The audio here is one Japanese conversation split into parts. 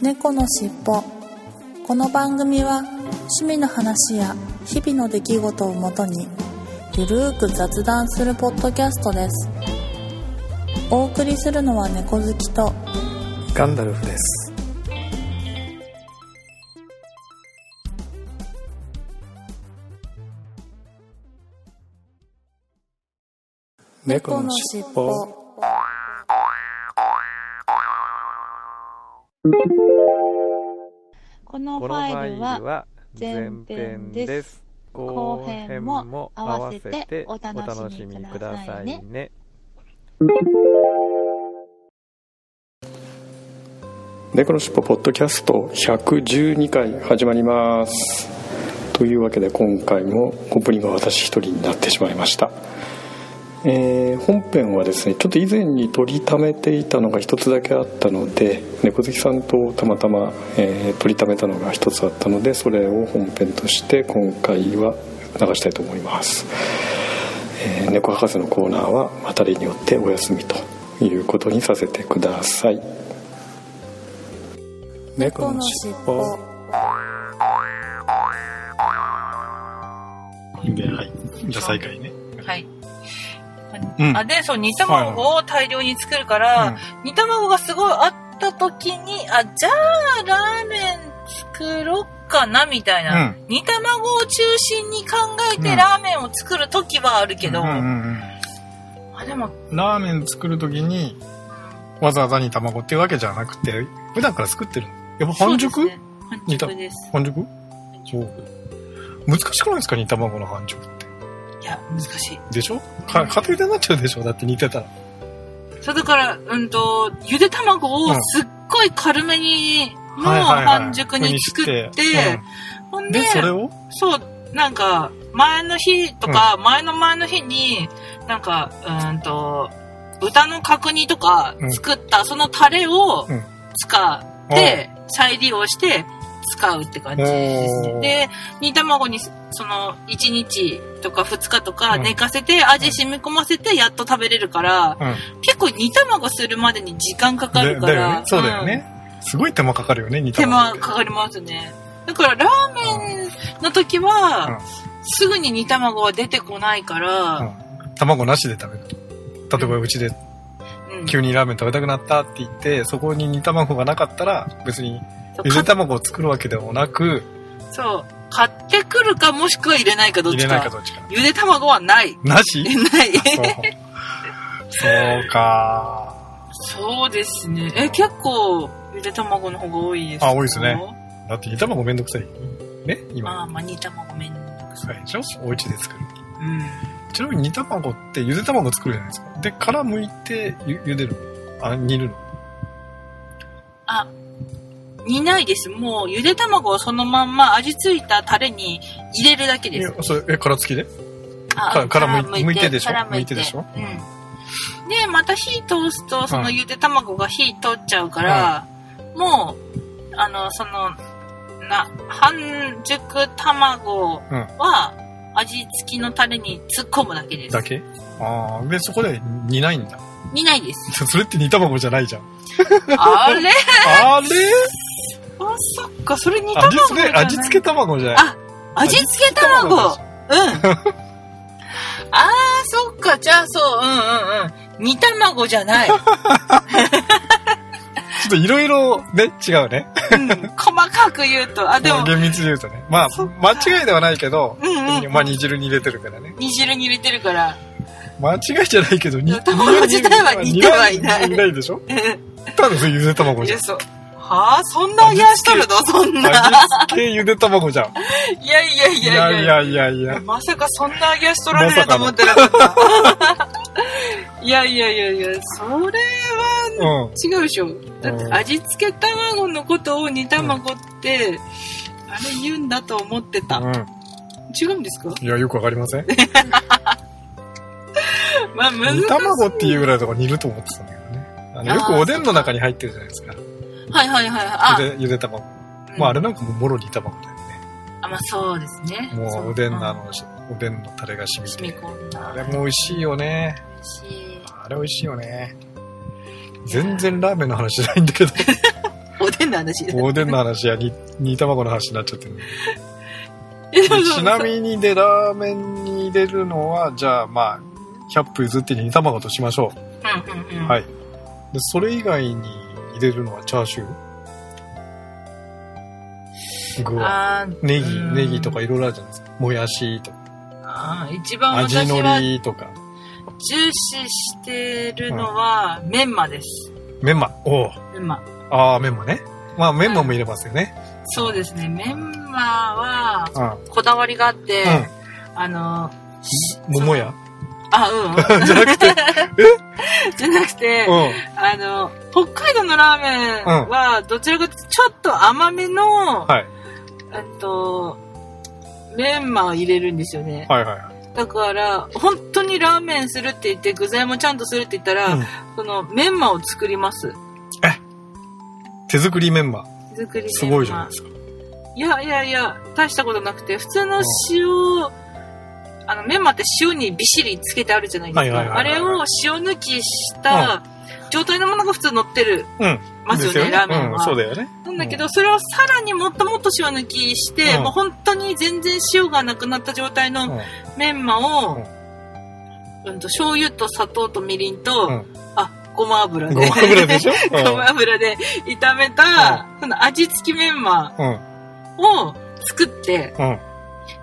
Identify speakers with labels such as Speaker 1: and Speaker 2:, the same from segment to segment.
Speaker 1: 猫のしっぽこの番組は趣味の話や日々の出来事をもとにゆるーく雑談するポッドキャストですお送りするのは猫好きと
Speaker 2: ガンダルフです。猫のしっぽ。
Speaker 1: このフ
Speaker 3: このフ
Speaker 1: ァイ
Speaker 3: ァイ
Speaker 1: ル
Speaker 3: ル
Speaker 1: は
Speaker 3: は前編です。
Speaker 1: 後
Speaker 3: 後
Speaker 1: 編
Speaker 3: 編
Speaker 1: も
Speaker 3: も
Speaker 1: 合
Speaker 3: 合
Speaker 1: わ
Speaker 3: わ
Speaker 1: せ
Speaker 3: せ
Speaker 1: て
Speaker 3: て
Speaker 1: お
Speaker 3: お
Speaker 1: 楽
Speaker 3: 楽
Speaker 1: し
Speaker 3: し
Speaker 1: み
Speaker 3: み
Speaker 1: く
Speaker 3: く
Speaker 1: だ
Speaker 3: だ
Speaker 1: さ
Speaker 3: さ
Speaker 1: い
Speaker 3: い
Speaker 1: ね
Speaker 3: ね。
Speaker 2: 猫のしっぽポッドキャスト112回始まります。というわけで今回もオープニングは私一人になってしまいました。えー本編はですねちょっと以前に取りためていたのが一つだけあったので猫好きさんとたまたま、えー取りためたのが一つあったのでそれを本編として今回は流したいと思います、えー猫博士のコーナーはまた例によってお休みということにさせてください
Speaker 1: 猫
Speaker 2: 猫
Speaker 1: の
Speaker 2: のし
Speaker 1: しっ
Speaker 2: っ
Speaker 1: ぽ
Speaker 2: ぽ
Speaker 4: で、はい。じゃあ再開ね。
Speaker 5: はい。
Speaker 4: うん
Speaker 5: あで、そう、煮卵を大量に作るから、煮卵がすごいあった時に、あ、じゃあラーメン作ろっかな、みたいな。
Speaker 4: う
Speaker 5: 煮卵を中心に考え
Speaker 4: う
Speaker 5: て
Speaker 4: ん
Speaker 5: ラーメンを作る時はあるけど、
Speaker 4: うんうん
Speaker 5: あでも、
Speaker 4: うん。ラーメン作るときに、わざわざ煮卵っていうわけじゃなくて、普段から作ってるの。やっぱ半熟、
Speaker 5: そうですね半熟です。
Speaker 4: 半熟そう。難しくないですか煮卵の半熟って。
Speaker 5: いや、難しい。
Speaker 4: でしょか家庭でなっちゃうでしょだって煮てたら。
Speaker 5: そう、だから、うんと、ゆで卵を
Speaker 4: うん
Speaker 5: すっごい軽めに、もう
Speaker 4: はいはいはい
Speaker 5: 半熟に作って、ほ
Speaker 4: うんん
Speaker 5: で、
Speaker 4: で、それを
Speaker 5: そう、なんか、前の日とか、前の前の日に、なんか、うーんと、豚の角煮とか
Speaker 4: うん
Speaker 5: 作った、そのタレを
Speaker 4: うん
Speaker 5: 使って、再利用して使うって感じです
Speaker 4: お
Speaker 5: ね。
Speaker 4: ー
Speaker 5: で、煮卵に、その、1日とか2日とか
Speaker 4: うん
Speaker 5: 寝かせて、味染み込ませて、やっと食べれるから、
Speaker 4: うん。
Speaker 5: 結構煮卵するまでに時間かか
Speaker 4: で
Speaker 5: るか
Speaker 4: だよ
Speaker 5: ら
Speaker 4: ね。。そうだよね。すごい手間かかるよね、煮
Speaker 5: 手
Speaker 4: 卵っ
Speaker 5: 間
Speaker 4: て。
Speaker 5: かかりますね。だからラーメンの時は、
Speaker 4: う
Speaker 5: すぐに煮卵は出てこないから、
Speaker 4: うん。卵なしで食べる。例えばうちで
Speaker 5: うん
Speaker 4: 急にラーメン食べたくなったって言って、そこに煮卵がなかったら、別に
Speaker 5: そう
Speaker 4: ゆで
Speaker 5: か
Speaker 4: 卵を作るわけでもなく、
Speaker 5: そう。買ってくるかもしくは入れないかどっ
Speaker 4: 入
Speaker 5: ち
Speaker 4: れないか
Speaker 5: か。
Speaker 4: どっちか。
Speaker 5: ゆで卵はない。
Speaker 4: なし
Speaker 5: ない。
Speaker 4: そう。そうか。
Speaker 5: そうですね。え、結構、ゆで卵の方が多いです
Speaker 4: あ多いですね。だって煮卵めんどくさい。ね今。
Speaker 5: まあまあ、煮卵めんどくさい。
Speaker 4: はいでしょお家で作る。
Speaker 5: うん。
Speaker 4: ちなみに煮卵ってゆで卵作るじゃないですか。で、殻剥いてゆゆでるのあ、煮るの
Speaker 5: あ、煮ないです。もう、ゆで卵をそのまんま味付いたタレに入れるだけ
Speaker 4: い
Speaker 5: です
Speaker 4: や。それ、え、殻付きで
Speaker 5: あ
Speaker 4: かからむい
Speaker 5: む
Speaker 4: むいてでしょ
Speaker 5: からむい
Speaker 4: むいてでしょ
Speaker 5: うん。で、また火通すと、そのゆで卵が火通っちゃうから、もう、あの、その、な、半熟卵は、味付きのタレに突っ込むだけです
Speaker 4: だ。けああ、で、そこで煮ないんだ。
Speaker 5: 煮な いです。
Speaker 4: それって煮卵じゃないじゃん。
Speaker 5: あれ
Speaker 4: あれ
Speaker 5: あ、そっか、それ煮卵
Speaker 4: 味
Speaker 5: じゃ
Speaker 4: 付
Speaker 5: ない
Speaker 4: け、味付け卵じゃない。
Speaker 5: あ、味付け卵
Speaker 4: 味付け
Speaker 5: うん。 あー、そっか、じゃあそう、うんうんうん。煮卵じゃない。
Speaker 4: ちょっといろいろね、違うね。
Speaker 5: うん、細かく言うと、あ、でも、
Speaker 4: 厳密に言うとね。まあ、
Speaker 5: そっ
Speaker 4: 間違いではないけど、
Speaker 5: うんうん
Speaker 4: 別にまあ煮汁に入れてるからね。
Speaker 5: 煮汁に入れてるから。
Speaker 4: 間違いじゃないけど、煮
Speaker 5: 卵自体は煮てはいない
Speaker 4: 煮ないでしょ
Speaker 5: い
Speaker 4: ただそれゆで卵じゃ
Speaker 5: や、
Speaker 4: ん。
Speaker 5: そう。はあそんな冷やしとるのそんな。
Speaker 4: 味付けゆで卵じゃん。
Speaker 5: いやいやい
Speaker 4: い
Speaker 5: やい
Speaker 4: や
Speaker 5: や
Speaker 4: いやいやいや。
Speaker 5: まさかそんな揚げ足取られると思ってなかった。 いやいやいやいや、それは
Speaker 4: うん。
Speaker 5: 違うでしょ。だって味付け卵のことを煮卵って、あれ言うんだと思ってた。
Speaker 4: うん。
Speaker 5: 違うんですか
Speaker 4: いや、よくわかりません。
Speaker 5: まあ難しい
Speaker 4: 煮。卵っていうぐらいだから煮ると思ってたんだけどね。あのよくおでんの中に入ってるじゃないですか。
Speaker 5: はいはいはい。あ、
Speaker 4: ゆで、ゆで卵。
Speaker 5: うん
Speaker 4: まああれなんかもうもろ煮卵だよ
Speaker 5: あまあそうですね。
Speaker 4: ね。もうおでんのあ
Speaker 5: そ
Speaker 4: の、おでんのタレが染
Speaker 5: う
Speaker 4: み
Speaker 5: 染み
Speaker 4: て。
Speaker 5: 込ん
Speaker 4: あ
Speaker 5: だ
Speaker 4: れも美味しいよね。
Speaker 5: し。
Speaker 4: あれ美味しいよね。全然ラーメンの話じゃないんだけど。
Speaker 5: おでんの 話
Speaker 4: おでんの話や煮煮卵の話になっちゃってるちなみにでラーメンに入れるのはじゃあまあ100歩譲って煮卵としましょ
Speaker 5: う,、うんうんうん、
Speaker 4: はいでそれ以外に入れるのはチャーシュー具は
Speaker 5: あー
Speaker 4: ネギ
Speaker 5: うん
Speaker 4: ネギとかいろいろあるじゃないですかもやしとか
Speaker 5: あー一番私
Speaker 4: 味の
Speaker 5: は重
Speaker 4: りとか
Speaker 5: 視してるのは、メンマです。
Speaker 4: メンマおお
Speaker 5: メンマ。
Speaker 4: ああメンマねまあメンマも入れますよね
Speaker 5: そうですね。メンマは、
Speaker 4: うん
Speaker 5: こだわりがあって、
Speaker 4: う
Speaker 5: あの、
Speaker 4: ん桃や
Speaker 5: あ、 うん。じゃなくて、 じゃなくて、
Speaker 4: うん
Speaker 5: あの、北海道のラーメンは、どちらかというと、ちょっと甘めの、
Speaker 4: はい
Speaker 5: えっと、メンマを入れるんですよね。
Speaker 4: はいはい
Speaker 5: だから、本当にラーメンするって言って、具材もちゃんとするって言ったら、
Speaker 4: うん
Speaker 5: その、メンマを作ります。
Speaker 4: 手作りメンマ
Speaker 5: 手作りメンマ。
Speaker 4: すごいじゃないですか
Speaker 5: いやいやいや、大したことなくて、普通の塩、あの、メンマって塩にびっしりつけてあるじゃないです
Speaker 4: はいはい
Speaker 5: か。
Speaker 4: は
Speaker 5: あ
Speaker 4: いはい
Speaker 5: れを塩抜きした状態のものが普通乗ってる。
Speaker 4: うん
Speaker 5: ますよね、ラーメンは。
Speaker 4: うん、そうだよね
Speaker 5: なんだけど、それをさらにもっともっと塩抜きして、
Speaker 4: うん
Speaker 5: もう本当に全然塩がなくなった状態
Speaker 4: うん
Speaker 5: のメンマを、
Speaker 4: う
Speaker 5: うんんと醤油と砂糖とみりんと、
Speaker 4: うん
Speaker 5: あ、ごま油で。
Speaker 4: ごま油でしょうん
Speaker 5: ごま油で炒めた、その味付きメンマ
Speaker 4: うん
Speaker 5: を作って、
Speaker 4: うん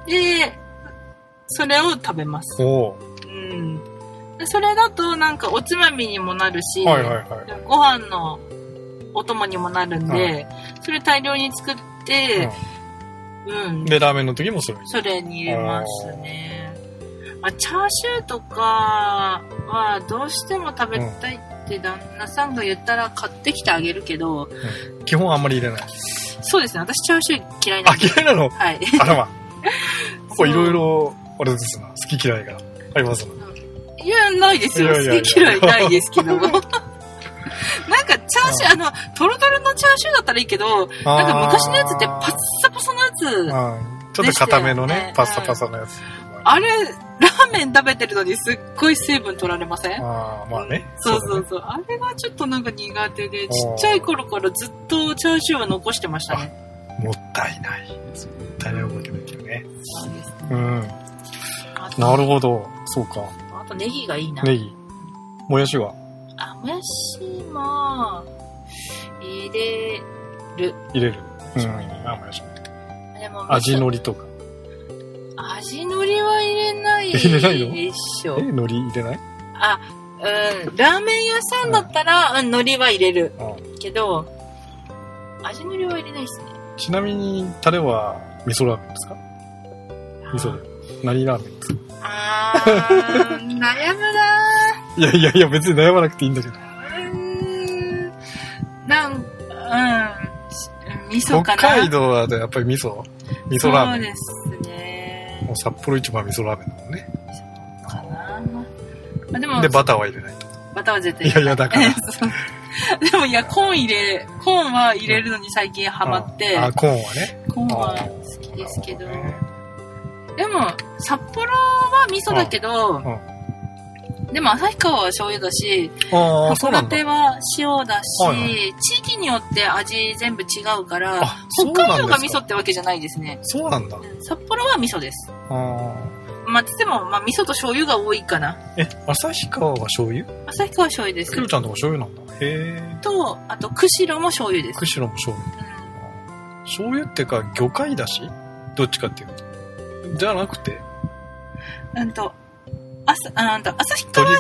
Speaker 5: で、それを食べます。
Speaker 4: おお
Speaker 5: うん。でそれだとなんかおつまみにもなるし、
Speaker 4: はいはいはい
Speaker 5: ご飯のお供にもなるんで、それ大量に作って、うん、
Speaker 4: でラーメンの時もそれ
Speaker 5: それに入れますね。まあ、チャーシューとかはどうしても食べたいって旦那さんが言ったら買ってきてあげるけど、
Speaker 4: 基本あんまり入れない
Speaker 5: そうですね、私チャーシュー嫌いなん
Speaker 4: あ
Speaker 5: です。
Speaker 4: 嫌いなの
Speaker 5: はい。
Speaker 4: あら まこ
Speaker 5: そう
Speaker 4: こいろいろあれですな好き嫌いがありますない
Speaker 5: や、ないですよ。
Speaker 4: いやいやいや
Speaker 5: 好き嫌いないですけども。なん か、チャーシュー、あの、トロトロのチャーシューだったらいいけど、なんか昔のやつってパッサパサのやつ、
Speaker 4: うんちょっと固めの
Speaker 5: でしたよ
Speaker 4: ね
Speaker 5: ね
Speaker 4: パスタパサのやつ
Speaker 5: あれ、ラーメン食べてるのにすっごい水分取られません
Speaker 4: ああまあね
Speaker 5: そう
Speaker 4: だ
Speaker 5: そ
Speaker 4: ね
Speaker 5: うそう。あれがちょっとなんか苦手で、ちっちゃい頃からずっとチャーシューは残してましたね。
Speaker 4: もったいない。もったいないわけだけどね。
Speaker 5: そうですね
Speaker 4: うん。
Speaker 5: あと
Speaker 4: なるほど。そうか。
Speaker 5: あとネギがいいな。
Speaker 4: ネギ。もやしは
Speaker 5: あ、もやしも、入れる。
Speaker 4: 入れる。うん。あ、もやしも。
Speaker 5: でも
Speaker 4: 味のりとか。
Speaker 5: 味のりは入れないで
Speaker 4: 入れないの
Speaker 5: しょ
Speaker 4: え、。のり入れない
Speaker 5: あ、うん、ラーメン屋さんだったら、うん、海苔は入れる
Speaker 4: うん
Speaker 5: けど、味のりは入れないですね。
Speaker 4: ちなみに、タレは味噌ラーメンですか味噌で。何ラーメンですか
Speaker 5: あ ー、悩むない
Speaker 4: やいやいや、別に悩まなくていいんだけど。
Speaker 5: ーうーん、なんか、うんし、味噌
Speaker 4: 北
Speaker 5: かな。
Speaker 4: 海道はやっぱり味噌味噌ラーメン。
Speaker 5: そうですね
Speaker 4: も。う札幌一番味噌ラーメンだもんね。
Speaker 5: かな。まあ、でも、
Speaker 4: で、バターは入れないと。
Speaker 5: バターは絶対
Speaker 4: いやいや、だから。
Speaker 5: そうでも、いや、コーン入れ、コーンは入れるのに最近ハマって、
Speaker 4: あ、コーンはね。
Speaker 5: コーンは好きですけど、でも、札幌は味噌だけど、でも旭川は醤油だし、
Speaker 4: ああ、そうな
Speaker 5: 函
Speaker 4: んだ
Speaker 5: 館。は塩だし、
Speaker 4: はいは
Speaker 5: 地域によって味全部違うから
Speaker 4: あ、そう
Speaker 5: 北
Speaker 4: なんですか
Speaker 5: 海道が味噌ってわけじゃないですね。
Speaker 4: そうなんだ。
Speaker 5: うん札幌は味噌です。
Speaker 4: あ
Speaker 5: まあ、つっても、まあ、味噌と醤油が多いかな。
Speaker 4: ーえ、旭川は醤油
Speaker 5: 旭川は醤油です
Speaker 4: ク。ロちゃんとこ醤油なんだ。へ
Speaker 5: と、あと、釧路も醤油で
Speaker 4: え。
Speaker 5: す。
Speaker 4: 釧路も醤油。醤油ってか、魚介だしどっちかっていうと。じゃなくて。
Speaker 5: うんうんと、あさ、あんと、旭川は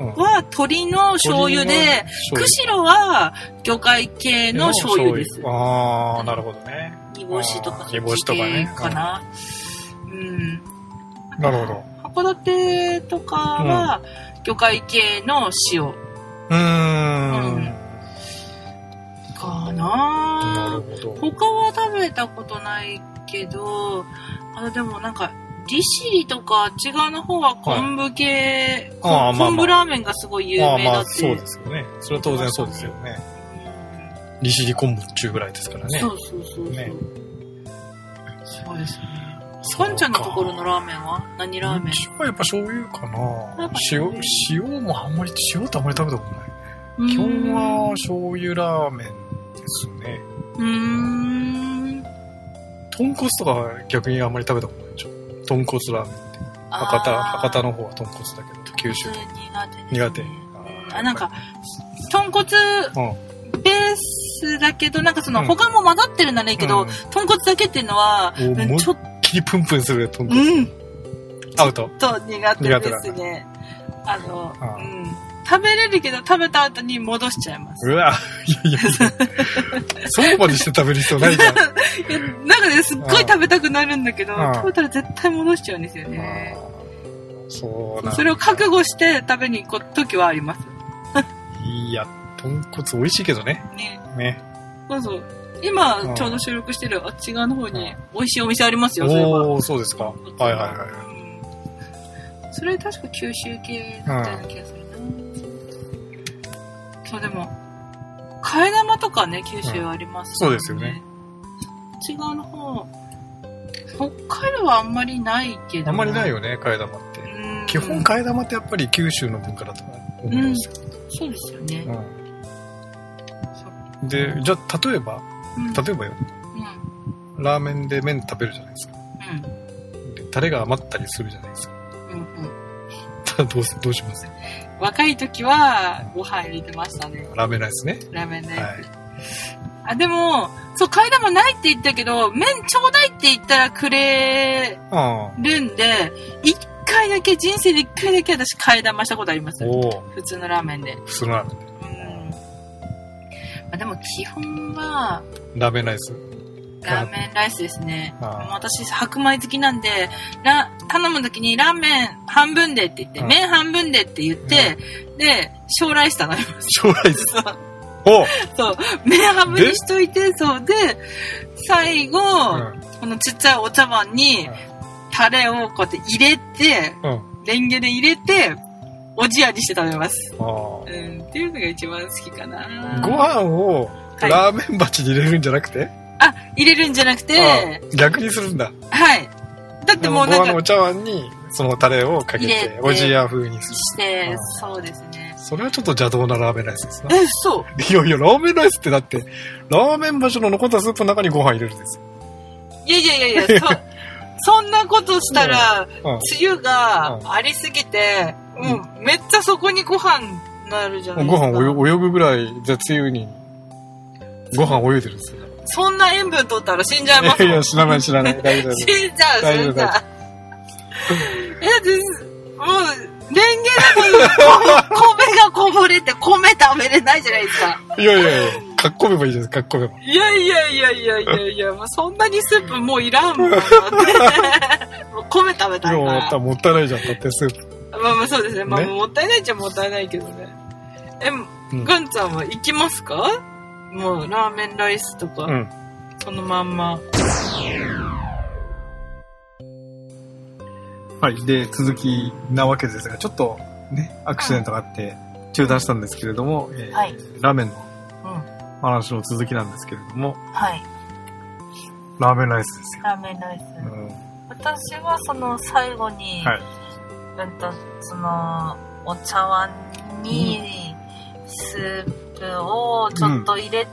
Speaker 4: うん
Speaker 5: は鶏の醤油で、、
Speaker 4: 鶏の
Speaker 5: 釧路は魚介系の醤油です。
Speaker 4: ああ、なるほどね。
Speaker 5: 煮干しとか
Speaker 4: あー
Speaker 5: そっち
Speaker 4: 煮干しとかね
Speaker 5: 系かな。うん。
Speaker 4: なるほど。
Speaker 5: 函館とかは魚介系の塩
Speaker 4: うー。
Speaker 5: うんん
Speaker 4: なる
Speaker 5: かな。
Speaker 4: ほど。
Speaker 5: 他は食べたことないけど、あでもなんか、利尻とかあっち側の方は昆布系、
Speaker 4: はいあーまあ
Speaker 5: 昆
Speaker 4: まあ
Speaker 5: 昆布ラーメンがすごい有
Speaker 4: まあ
Speaker 5: 名
Speaker 4: ま
Speaker 5: だ
Speaker 4: あ、
Speaker 5: っ
Speaker 4: そう
Speaker 5: て
Speaker 4: で。すよね。それは当然そうですよね。利尻昆布中ぐらいですからね。
Speaker 5: そうそうそうそう。
Speaker 4: ね
Speaker 5: そうですね。サンちゃんのところのラーメンは何ラーメン
Speaker 4: うちはやっぱ醤油か
Speaker 5: なん
Speaker 4: な
Speaker 5: か。
Speaker 4: 塩、塩もあんまり、塩ってあんまり食べたことない。
Speaker 5: うーん
Speaker 4: 基本は醤油ラーメンですね。
Speaker 5: うん。
Speaker 4: 豚骨とか逆にあんまり食べたことないでしょ。豚骨ラーメンって。博多、博多の方は豚骨だけど、九州。苦手、ね。
Speaker 5: 苦手。あ、なんか、豚骨、うん、ベースだけど、なんかその、うん、他も混ざってるならいいけど、うん、豚骨だけっていうのは、
Speaker 4: ちょっと。きりプンプンする豚骨。うん。アウト。
Speaker 5: ちょっと苦手ですね。あの、うん。食べれるけど食べた後に戻しちゃいます。
Speaker 4: うわ、いやいや、そうまでして食べる必要ないじゃん。
Speaker 5: なんかね、すっごい食べたくなるんだけど、食べたら絶対戻しちゃうんですよね。
Speaker 4: そうな
Speaker 5: それを覚悟して食べに行く時はあります。
Speaker 4: いや、豚骨美味しいけどね。
Speaker 5: ね。
Speaker 4: ね。
Speaker 5: そうそう。今、ちょうど収録してるあっち側の方に美味しいお店ありますよ、それ。
Speaker 4: は。おそうですか。はいはいはい
Speaker 5: それ確か九州系みたいな気がする。そうでも替え玉とかね九州はあります
Speaker 4: ね、うん、そうですよね
Speaker 5: 違うの方北海道はあんまりないけど、
Speaker 4: あんまりないよね替え玉って基本替え玉ってやっぱり九州の文化だと思うんですよ、
Speaker 5: うん、そうですよね、
Speaker 4: うん、でじゃあ例えば、例えばよ、うん、ラーメンで麺食べるじゃないですか、うん、でタレが余ったりするじゃないですか、 うんうん、どうどうします
Speaker 5: 若い時はご飯入れてましたね。
Speaker 4: ラーメンライスね。
Speaker 5: ラーメンライス。はい、あ、でも、そう、替え玉ないって言ったけど、麺ちょうだいって言ったらくれるんで、一回だけ、人生で一回だけ私替え玉したことあります。普通のラーメンで。
Speaker 4: 普通のラーメンで。
Speaker 5: うん。まあ、でも基本は、
Speaker 4: ラーメンライス
Speaker 5: ラーメンライスですね。私、白米好きなんで、ラ頼む時にラーメン半分でって言って、麺半分でって言って、で、小ライス頼みます。
Speaker 4: 小ライスお
Speaker 5: そう。 麺半分にしといて、そう。で、最後、このちっちゃいお茶碗に、タレをこうやって入れて、レンゲで入れて、おじやにして食べます。うん、っていうのが一番好きかな。
Speaker 4: ご飯をラーメン鉢に入れるんじゃなくて、
Speaker 5: あ、入れるんじゃなくて
Speaker 4: ああ、逆にするんだ。
Speaker 5: はい。だってもうなんか。
Speaker 4: のお茶碗に、そのタレをかけて、おじや風にする。
Speaker 5: して、あそうですね。
Speaker 4: それはちょっと邪道なラーメンライスです。
Speaker 5: ね。え、そ う
Speaker 4: いやいや、ラーメンライスってだって、ラーメン場所の残ったスープの中にご飯入れるんです
Speaker 5: いやいやいや いや、そ、そんなことしたら、つゆがありすぎて、もうん、めっちゃそこにご飯なるじゃないです
Speaker 4: か。ご飯泳ぐぐらい、じゃあつゆに、ご飯泳いでるんですよ。
Speaker 5: そんな塩分取ったら死んじゃいます
Speaker 4: いや、知らない、知らない。大丈夫。
Speaker 5: 死んじゃう、死んじゃう。え、です、もう、レンゲだと、米がこぼれて、米食べれないじゃないですか。
Speaker 4: いやいやいや、かっこめばいいじゃないですか、かっこめば。。
Speaker 5: いやいやいやいやいやいや、もうそんなにスープ もういらんもん。もう米食べたいから
Speaker 4: もったいないじゃん、だってスー
Speaker 5: プ。まあまあそうですね。まあ、もったいないっちゃもったいないけどね。え、ガンちゃんは行きますか、もうラーメンライスとか、うん、そのまんま。
Speaker 4: はい。で、続きなわけですが、ちょっとね、アクシデントがあって中断したんですけれども、うん、えーはい、ラーメンの話の続きなんですけれども、うん、
Speaker 5: はい。
Speaker 4: ラーメンライスですよ。
Speaker 5: ラーメンライス。私はその最後に、はい、うんと、その、お茶碗に、スープ、をちょっと入れて、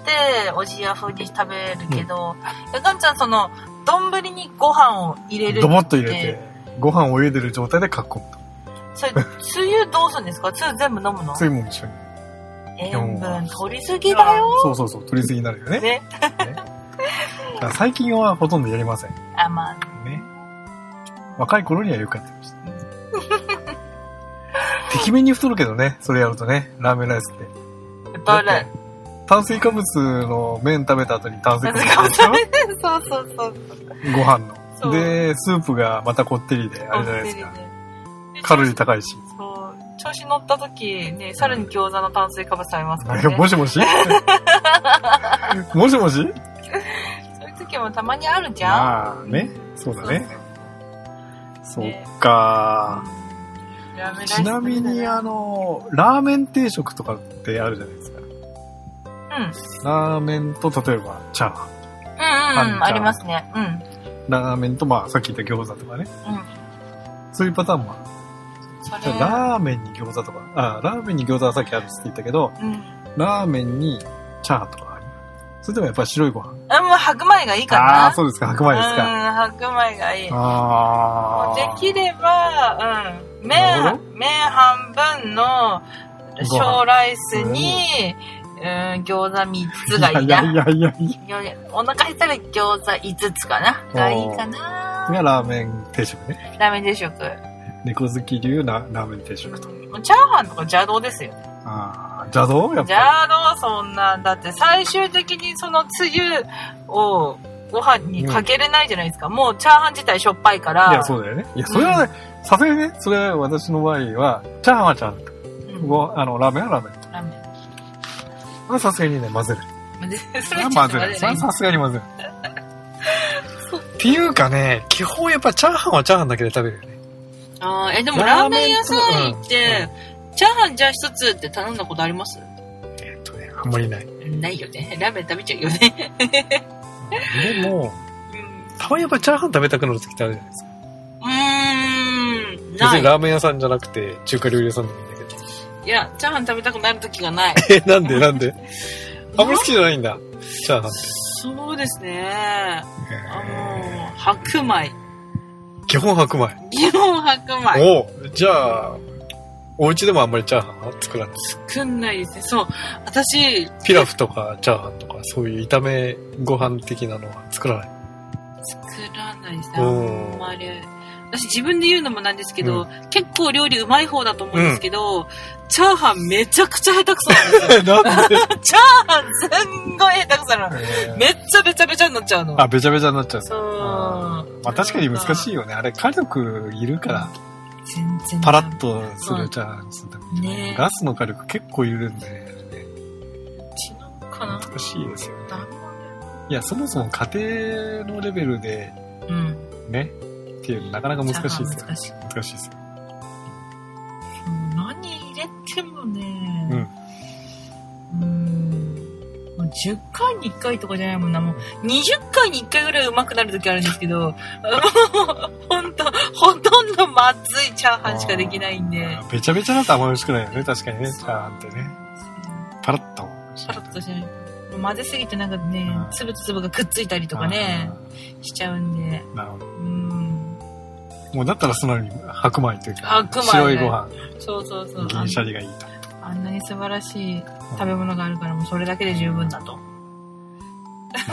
Speaker 5: うん、おじや風に食べるけど、うん、ガンちゃんその丼にご飯を入れる
Speaker 4: ドボッと入れてご飯を茹でる状態でかっこむと
Speaker 5: それつゆどうするんですかつゆ全部飲むの
Speaker 4: つゆも一緒に
Speaker 5: 塩分取りすぎだよ
Speaker 4: そうそうそう取りすぎになるよね
Speaker 5: ねね
Speaker 4: 最近はほとんどやりません
Speaker 5: あまあ
Speaker 4: ね若い頃にはよくやってましたてきめに太るけどねそれやるとねラーメンライスって炭水化物の麺食べた後に炭水化物でし
Speaker 5: ょ そうそうそう。
Speaker 4: ご飯の。で、スープがまたこってりで、あれじゃないですか。カロリー高いし。
Speaker 5: そう。調子乗った時、ね、さらに餃子の炭水化物ありますからね。
Speaker 4: もし もしもしもしそういう
Speaker 5: 時もたまにあるじゃん。。
Speaker 4: ああ、ね。そうだね。そっかちなみに、あの、ラーメン定食とかってあるじゃないですか。うんラーメンと、例えば、チャーハ
Speaker 5: ン。うんうん、ありますね。うん。
Speaker 4: ラーメンと、まあ、さっき言った餃子とかね。うん。そういうパターンもある。ラーメンに餃子とか、あ、ラーメンに餃子はさっきあるって言ったけど、うん、ラーメンにチャーハンとかありそれでもやっぱり白いご飯。
Speaker 5: あ、もう白米がいいかな。
Speaker 4: ああ、そうですか、白米ですか。
Speaker 5: うん、白米がいい。
Speaker 4: ああ。
Speaker 5: できれば、うん、
Speaker 4: なる
Speaker 5: 麺
Speaker 4: ほ、
Speaker 5: 麺半分の小ライスに、うん、餃子3つがいい
Speaker 4: いや
Speaker 5: な。
Speaker 4: いやいやい
Speaker 5: お腹減ったら餃子5つかな
Speaker 4: おー
Speaker 5: がいいかな
Speaker 4: や。ラーメン定食ね。
Speaker 5: ラーメン定食。
Speaker 4: 猫好き流なラーメン定食と。
Speaker 5: もうチャーハンとか邪道ですよ。
Speaker 4: ああ、邪道やっぱり。
Speaker 5: 邪道そんなんだって最終的にそのつゆをご飯にかけれないじゃないですか。もうチャーハン自体しょっぱいから。
Speaker 4: いや、そうだよね。いや、それはね、さすがにね、それは私の場合は、チャーハンはチャーハンと
Speaker 5: うん
Speaker 4: ごあの、ラーメンはラーメンと。
Speaker 5: ラーメン
Speaker 4: これはさすがにね、混ぜない。
Speaker 5: そ
Speaker 4: そ
Speaker 5: れ
Speaker 4: れ
Speaker 5: は
Speaker 4: は
Speaker 5: ち
Speaker 4: 混ぜ
Speaker 5: ょっとあ
Speaker 4: な
Speaker 5: れ
Speaker 4: い。そ
Speaker 5: だ
Speaker 4: れ
Speaker 5: ね
Speaker 4: はさすがに混ぜ ない。っていうかね、基本やっぱチャーハンはチャーハンだけで食べるよね。
Speaker 5: あーえ、でもラ
Speaker 4: ラ
Speaker 5: ー
Speaker 4: ー
Speaker 5: メ
Speaker 4: メ
Speaker 5: ン
Speaker 4: ン
Speaker 5: 屋さん行って、チャーハンじゃあ一つって頼んだことあります
Speaker 4: えっとね、あんまりない。
Speaker 5: ないよね。 ラーメン食べちゃうよね。
Speaker 4: でも、たまにやっぱチャーハン食べたくなる時ってあるじゃないですか。
Speaker 5: うーん、
Speaker 4: 別
Speaker 5: な
Speaker 4: に
Speaker 5: い。
Speaker 4: ラーメン屋さんじゃなくて、中華料理屋さんでもいいんだけど。
Speaker 5: いや、チャーハン食べたくなる時がない。
Speaker 4: え、なんでなんであんまり好きじゃないんだ。チャーハンって。
Speaker 5: そうですね。あのー、白米。
Speaker 4: 基本白米。
Speaker 5: 基本白米。
Speaker 4: おうじゃあ、お家でもあんまりチャーハンは作らない。
Speaker 5: 作んないですね。そう。私、
Speaker 4: ピラフとかチャーハンとか、そういう炒めご飯的なのは作らない。
Speaker 5: 作らないですね。あ
Speaker 4: おー
Speaker 5: んまり。私自分で言うのもなんですけど、結構料理うまい方だと思うんですけど、チャーハンめちゃくちゃ下手く そなんですよ。
Speaker 4: なんで、
Speaker 5: チャーハンすんごい下手くそなの。 めっちゃべちゃべちゃになっちゃうの。
Speaker 4: あ、べちゃべちゃになっちゃう。
Speaker 5: そう。
Speaker 4: まあ確かに難しいよね。あれ、火力いるから、
Speaker 5: 全然。
Speaker 4: パラッとするチャーハンにするために。
Speaker 5: ね
Speaker 4: ガスの火力結構いるんで、ね、
Speaker 5: 違うかな
Speaker 4: 難しいですよね。いや、そもそも家庭のレベルで、
Speaker 5: うん。
Speaker 4: ね、っていうのなかなか難しいですよ。
Speaker 5: 難しい。
Speaker 4: 難しいですよ。
Speaker 5: 何入れても
Speaker 4: う
Speaker 5: ね
Speaker 4: ん、
Speaker 5: うん。もう10回に1回とかじゃないもんな。もう20回に1回ぐらい上手くなる時あるんですけど、も うほんと、ほとんどまずいチャーハンしかできないんで。
Speaker 4: あーべちゃべちゃだとあんまり美味しくないよね。確かにね、チャーハンってね。パラッと。
Speaker 5: パラッとしてる混ぜすぎてなんかね
Speaker 4: うん
Speaker 5: 粒と粒がくっついたりとかねしちゃうんで
Speaker 4: あー。なるほど
Speaker 5: う。ん
Speaker 4: もうだったら素直に白米というか、
Speaker 5: 白米ね
Speaker 4: 白いご飯、
Speaker 5: そうそうそうあ
Speaker 4: 銀
Speaker 5: ん
Speaker 4: シャリがいいと。
Speaker 5: あんなに素晴らしい食べ物があるからもうそれだけで十分だと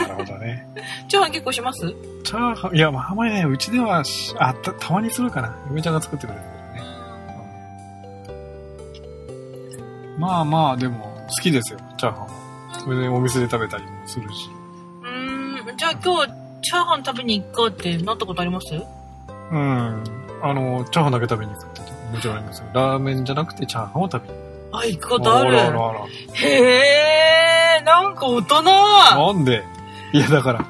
Speaker 4: なるほどね。
Speaker 5: チャーハン結構しますうん
Speaker 4: チャーハン、いや、まああんまりね、うちではし、あ、た、たまにするかな。嫁ちゃんが作ってくれるからね。まあまあ、でも、好きですよ、チャーハンは。それでお店で食べたりもするし。
Speaker 5: うんじゃあ今日チャーハン食べに行こうってなったことあります
Speaker 4: うん。あの、チャーハンだけ食べに行くって時もちろんありますよ。ラーメンじゃなくてチャーハンを食べに行く。
Speaker 5: あ行くことある
Speaker 4: らあらあら。
Speaker 5: へえなんか大人
Speaker 4: なんでいや、だから、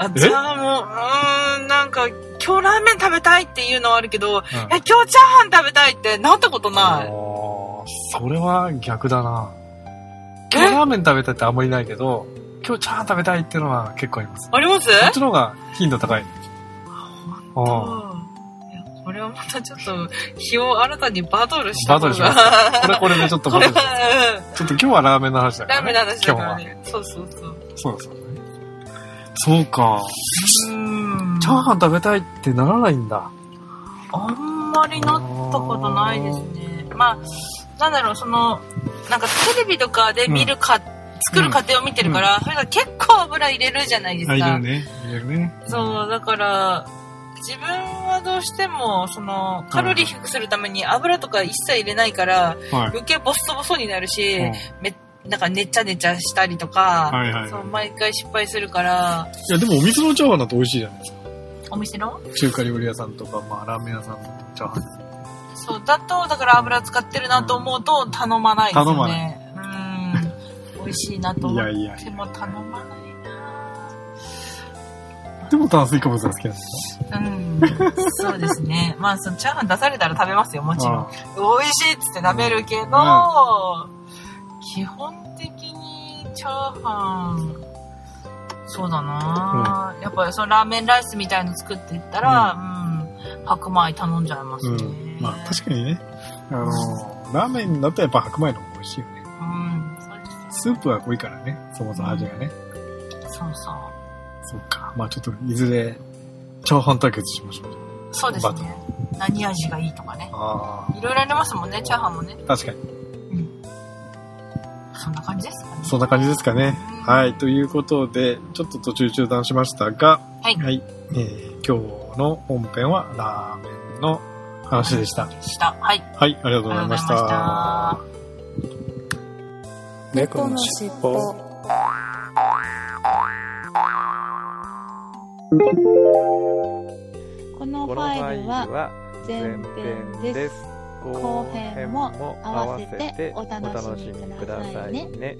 Speaker 5: あじゃあもううーんなんか今日ラーメン食べたいっていうのはあるけど、
Speaker 4: うん
Speaker 5: え今日チャーハン食べたいってなったこと
Speaker 4: あ
Speaker 5: ない
Speaker 4: ーそれは逆だな。今日ラーメン食べたいってあんまりないけど、今日チャーハン食べたいっていうのは結構あります。
Speaker 5: あります
Speaker 4: こっちの方が頻度高い。あ
Speaker 5: いやこれはまたちょっと日を新たにバトルした
Speaker 4: バトルしますあ。これこれでちょっと
Speaker 5: こ
Speaker 4: バ
Speaker 5: れ
Speaker 4: トルします
Speaker 5: は、うん
Speaker 4: ちょっと今日はラーメンの話だか ら、
Speaker 5: ラーメンの話だから
Speaker 4: 今日は。
Speaker 5: ね。そうそうそう。
Speaker 4: そうそうね。そうか。
Speaker 5: うーん。
Speaker 4: チャーハン食べたいってならないんだ。
Speaker 5: あんまりなったことないですね。まあ、なんだろう、その、なんかテレビとかで見るか、作る過程を見てるから、それが結構油入れるじゃないですか。
Speaker 4: ね。入れるね。
Speaker 5: そう、だから、自分はどうしても、その、カロリー低くするために油とか一切入れないから、
Speaker 4: はい。
Speaker 5: 余計ボソボソになるし、
Speaker 4: うん
Speaker 5: なんかねちゃねちゃしたりとか、
Speaker 4: はいはい
Speaker 5: そう毎回失敗するから、
Speaker 4: いや、でもお店のチャーハンだと美味しいじゃないです
Speaker 5: お店の
Speaker 4: か。中華料理屋さんとか、まあ、ラーメン屋さんのチャーハン。
Speaker 5: そう、だと、だから油使ってるなと思うと頼まないです
Speaker 4: 頼
Speaker 5: よ
Speaker 4: ま
Speaker 5: ね。うん。美味しいなと思って
Speaker 4: いやいやい
Speaker 5: も頼まないな
Speaker 4: でも炭水化物が好きなんです
Speaker 5: うん。そうです ね。まあ、そのチャーハン出されたら食べますよ、もちろん
Speaker 4: よ。。
Speaker 5: 美味しいっつって舐めるけど、
Speaker 4: ん
Speaker 5: 基本的にチャーハンそうだな、やっぱりそのラーメンライスみたいの作っていったら、うん白米頼んじゃいます
Speaker 4: う
Speaker 5: ね、
Speaker 4: ん。うんまあ、確かにね。あの、ラーメンだとやっぱ白米の方が美味しいよね。
Speaker 5: うんそうですね
Speaker 4: スープは濃いからね、そもそも味がね。
Speaker 5: そうそう。
Speaker 4: そうか。まあちょっと、いずれ、チャーハン対決しましょう。
Speaker 5: そうですね。何味がいいとかね。
Speaker 4: あ
Speaker 5: いろいろありますもんね、チャーハンもね。
Speaker 4: あ、確かに。
Speaker 5: うん。そんな感じですかね。
Speaker 4: そんな感じですかね。はい。ということで、ちょっと途中中断しましたが、
Speaker 5: はい。
Speaker 4: はい。えー、今日の本編はラーメンの話でした。
Speaker 5: した。はい。
Speaker 4: はい、ありがとう
Speaker 5: あ
Speaker 4: ご
Speaker 5: りが
Speaker 4: ざ
Speaker 5: と
Speaker 4: いう
Speaker 5: ご
Speaker 2: 猫の
Speaker 1: こ
Speaker 4: まし。
Speaker 5: ざいましたた。
Speaker 1: の
Speaker 2: し
Speaker 1: 尻
Speaker 2: っ
Speaker 1: 尾
Speaker 2: ぽ。
Speaker 3: このフ
Speaker 6: このフ
Speaker 3: ァイ
Speaker 6: ァイ
Speaker 3: ル
Speaker 6: ル
Speaker 3: は
Speaker 6: は前
Speaker 3: 前
Speaker 6: 編
Speaker 3: 編
Speaker 6: で
Speaker 3: ですす。
Speaker 6: 後編も合わせてお楽しみくださいね。